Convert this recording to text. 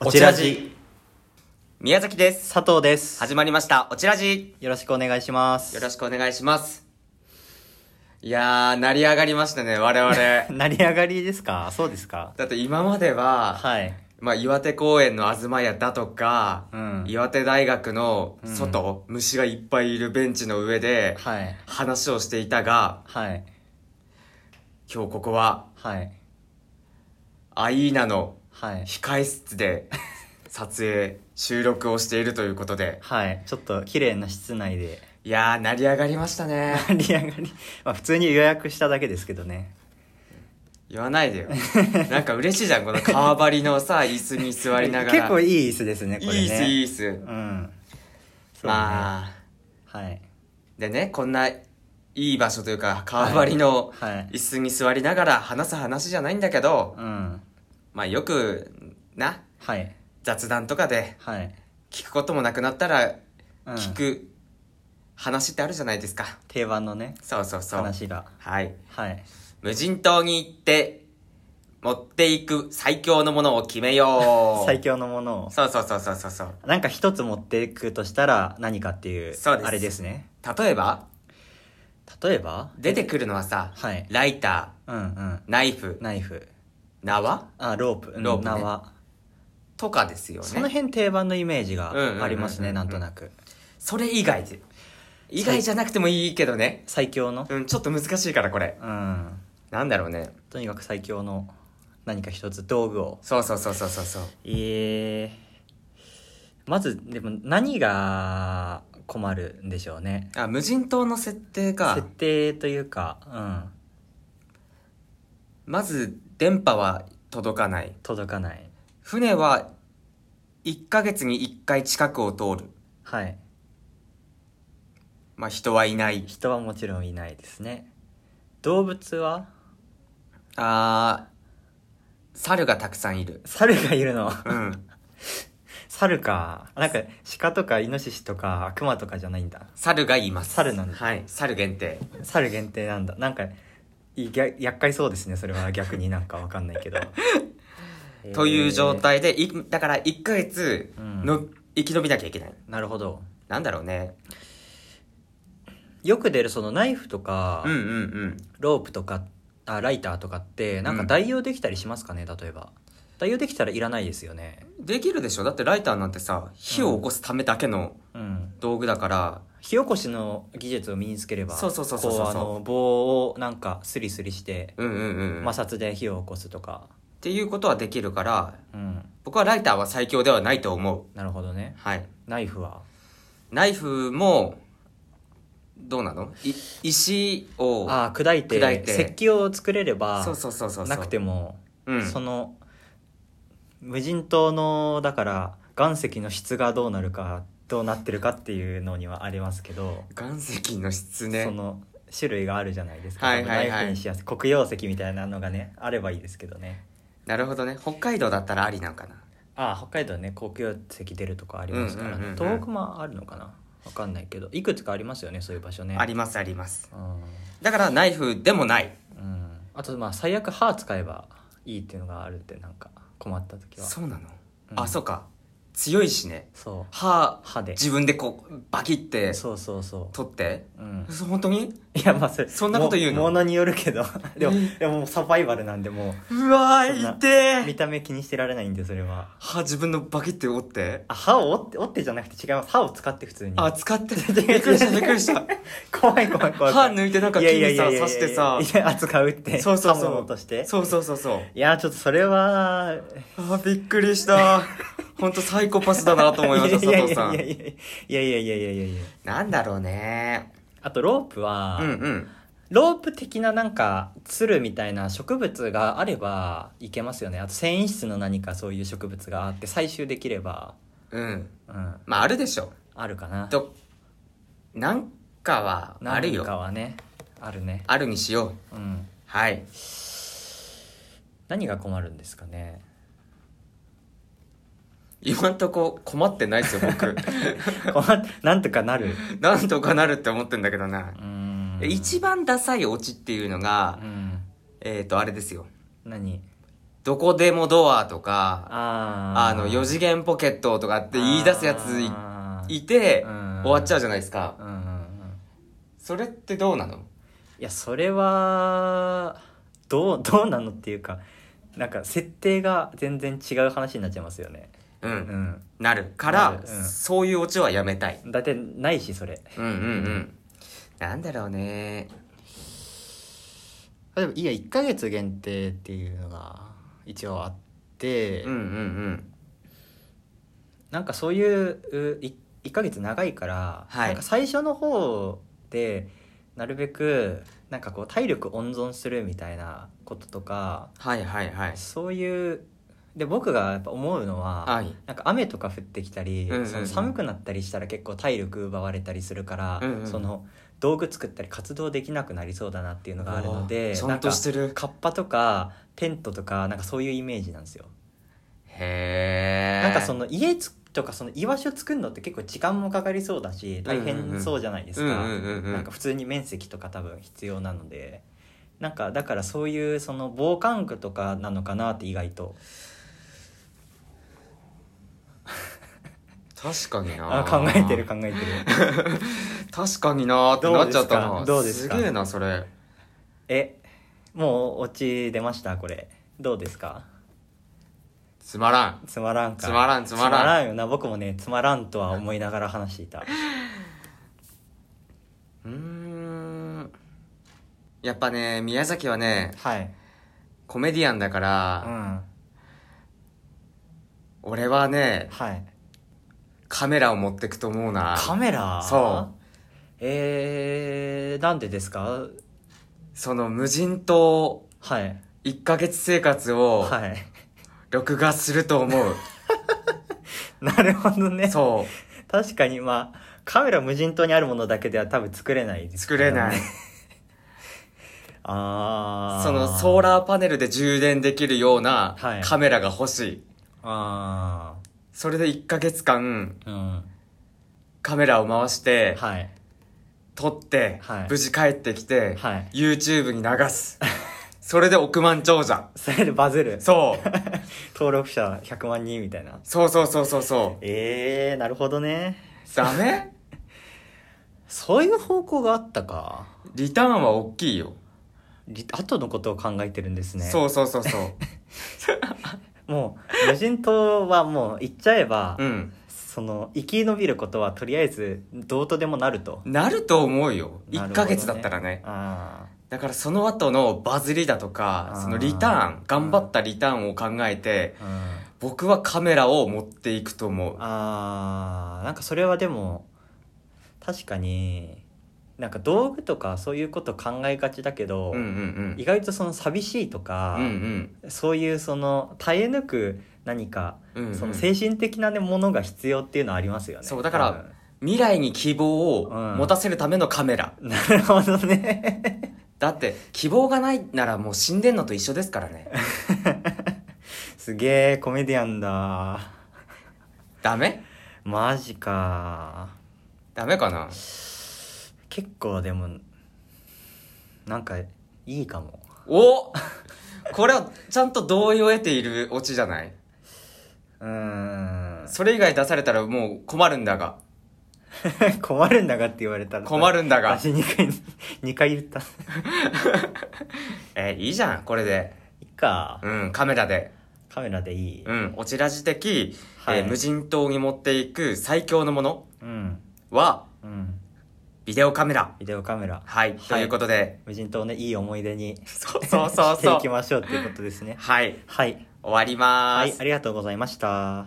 おちらじ宮崎です。佐藤です始まりました。おちらじ。よろしくお願いしますよろしくお願いします。いやー、成り上がりました ね、我々。だ成り上がりですかそうですかって今までは、はいまあ、岩手公園の東屋だとか、うん岩手大学の外、虫がいっぱいいるベンチの上で、はい話をしていたが、はい今日ここは、はいアイーナのはい控 室で撮影、収録をしているということで、はいちょっと綺麗な室内でいやー、成り上がりましたね。成り上がりまあ普通に予約しただけですけどね言わないでよ。なんか嬉しいじゃん、この川張り のさ、椅子に座りながら。結構いいい椅子ですねこれねい椅子、いい椅子。うんそうねまあ、はいでね、こんないい場所というか、川張りのはい椅子に座りながら話す話じゃないんだけど、うんまあよく、な、はい雑談とかではい聞くこともなくなったら、うん聞く話ってあるじゃないですか。定番のねそうそうそう。話がはい。はい無人島に行って、持っていく最強のものを決めよう。 最強のものをそうそうそうそうそうそう。なんか一つ持っていくとしたら何かっていうそうですあれですね例えば、例えば出てくるのはさ、はいライタうんうんー、ナイフ、ナイフ縄あロープうんロープね縄とかですよそのね。辺定番のイメージうんうんうんうんがありますねなんとなくそれ以外で。以外じゃなくてもいいけどね。最強のうん、ちょっと難しいからこれ。うんなんだろうね。とにかく最強の何か一つ道具をそうそうそうそうそうそう。えーまずでも何が困るんでしょうねあ、無人島の設定設か。定というかうんまず、電波は届かない。届かない船は、1ヶ月に1回近くを通る。はいまあ、人はいない。人はもちろんいないですね動物はあー、猿がたくさんいる。猿がいるのうん。猿かなんか鹿とかイノシシとか悪魔とかじゃないんだ猿がいます。猿なんだはい。猿限定。猿限定なんだなんかいや厄介そうですねそれは逆になんかわかんないけど という状え態で、いだから1ヶ月うんの、生き延びなきゃいけない。ーなるほどなんだろうね。よく出るそのナイフとか、うんうんうん。ロープとかあライターとかってなんか代用できたりしますかね例えば代用できたらいらないですよねできるでしょだってライターなんてさ、火を起こすためだけのうん道具だから、火起こしの技術を身につければそうそうそうそうそうこうあの棒をなんかスリスリしてうんうんうん。摩擦で火を起こすとかっていうことはできるから、うん僕はライターは最強ではないと思う。なるほどねはい。ナイフはナイフも、どうなのい石を、ああ砕いて砕いて石器を作れればそうそうそうそうそう。なくてもうん。その無人島のだから岩石の質がどうなるかどうなってるかっていうのにはありますけど、岩石の質そね。の種類があるじゃないですか、はいはいはいナイフにしやすい黒曜石みたいなのがねあればいいですけどねなるほどね。北海道だったらありなんかな。ああ北海道はね黒曜石出るとこありますからね、うんうんうんうん東北もあるのかなわかんないけどいくつかありますよねそういう場所ねありますあります。うんだからナイフでもない。うん、あとまあ最悪歯使えばいいっていうのがあるってなんか困った時はそうなの、うんあ、そうか。強いしね。そう歯、歯で自分でこう、バキって、そうそうそ取って。う、うん、そ本当にいやまあそれそんなこと言うのもものによる けどでもでももうサバイバルなんでもうわそんなー、痛う見えた目気にしてられないんでそれは歯自分のバキって折って。あ歯を折って折ってじゃなくて違います歯を使って普通にあ、使って違うる。びっくりした、びっくりした。怖い怖い怖い 歯抜いてなんかい木やいやにいやいやさ、いや刺してさ。いや扱うってそうそう刃そ物う。としてそうそうそうそう。いやちょっとそれはあ、びっくりした。ほんとサイコパスだなと思いました、いや佐い藤さやいやん。いやいやいやいやいやいやなんだろうね。あとロープは、うんうん。ロープ的ななんか、つるみたいな植物があればいけますよね。あと繊維質の何かそういう植物があって採集できれば、うん。うん、まあ、あるでしょ。あるかな。と、なんかは、ある何かよ。はね、あるね。あるにしよう。うん。はい。何が困るんですかね。 今んとこ困ってないですよ、 僕。困っなんとかなる。なんとかなるって思ってんだけどなう。ん。一番ダサいオチっていうのがう、ん。えっ、と、あれですよ。何どこでもドアとか、あああの、4次元ポケットとかって言い出すやついあーいて、うん終わっちゃうじゃないですか。うんうんうんそれってどうないのやそれはどうどうなのっていうかなんか設定が全然違う話になっちゃいますよねう。うんんなるかなら、るうんそういうオチはやめたい。だってないしそれうんうんうん。なんだろうね。あでもいや1ヶ月限定っていうのが一応あって、うんうんうん。なんかそういううい1ヶ月長いから、はいなんか最初の方でなるべくなんかこう体力温存するみたいなこととかはいはいはい。そういうで僕がやっぱ思うのは、はい。なんか雨とか降ってきたり、うんうんうんその寒くなったりしたら結構体力奪われたりするから、うんうんその道具作ったり活動できなくなりそうだなっていうのがあるのうわでちゃんとしてなんる。かカッパとかテントとかなんかそういうイメージなんですよ。へえ。なんかそ、の家つとかその居場所作るのって結構時間もかかりそうだし大変そうじゃないですうんかうんうんうん。なんか普通に面積とか多分必要なのでなんかだからそういうその防寒具とかなのかなって意外と確かになあ考えてる考えてる確かになーってなっちゃったなどうですかどうですかげえなそれえもうオチ出ましたこれどうですかつまらんつまらんかつまらんつまらんつまらんよな僕もねつまらんとは思いながら話していたうーんやっぱね宮崎はねはいコメディアンだかうら、ん俺はねはいカメラを持ってくと思うなカメラそうえー、なんでですかその無人島はい1ヶ月生活をはい。 録画すると思う、なるほどね。そ確かにまあ、カメラ無人島にあるものだけでは多分作れないでうす作かられねない。ああ。そのソーー。ラーパネルで充電できるようなはいカメラが欲しい、あそれで1ヶ月間あ。うん。カメラを回してはい。撮って、はい無事帰ってきて、はい YouTube に流すそれで億万長者それでバズる。そう 登録者100万人みたいな。そうそうそうそうそうええー、なるほどね。ダメそういう方向があったか。リターンは大きいよ、り後のことを考えてるんですね。そうそうそうそう もう、無人島はもう行っちゃえば、うんその、生き延びることはとりあえずどうとでもなると。なると思うよなるほどね1ヶ月だったらねあだからその後のバズりだとかあーそのリターン頑張ったリターンを考えてあ。うん。僕はカメラを持っていくと思うあーなんかそれはでも確かになんか道具とかそういうこと考えがちだけど、うんうん意外とその寂しいとかうんう、んそういうその耐え抜く何か、うんうんその精神的な、ね、ものが必要っていうのはありますよねそうだから未来に希望を持たせるためのカメラ、多分なるほどねだって希望がないならもう死んでんのと一緒ですからねすげえコメディアンだダメマジかダメかな結構でもなんかいいかもおこれはちゃんと同意を得ているオチじゃないうーん それ以外出されたらもう困るんだが困るんだがって言われたら困るんだが私2回2回 言ったえいいじゃんこれでいいかうんカメラでカメラでいいうんオチラジ的、はいえー無人島に持っていく最強のものうんはうんビデオカメラビデオカメラはい、ということで無人島をねいい思い出にそうそうそう してそいきうましょうっていうことですねはいはい終わりまはーいす、ありがとうございました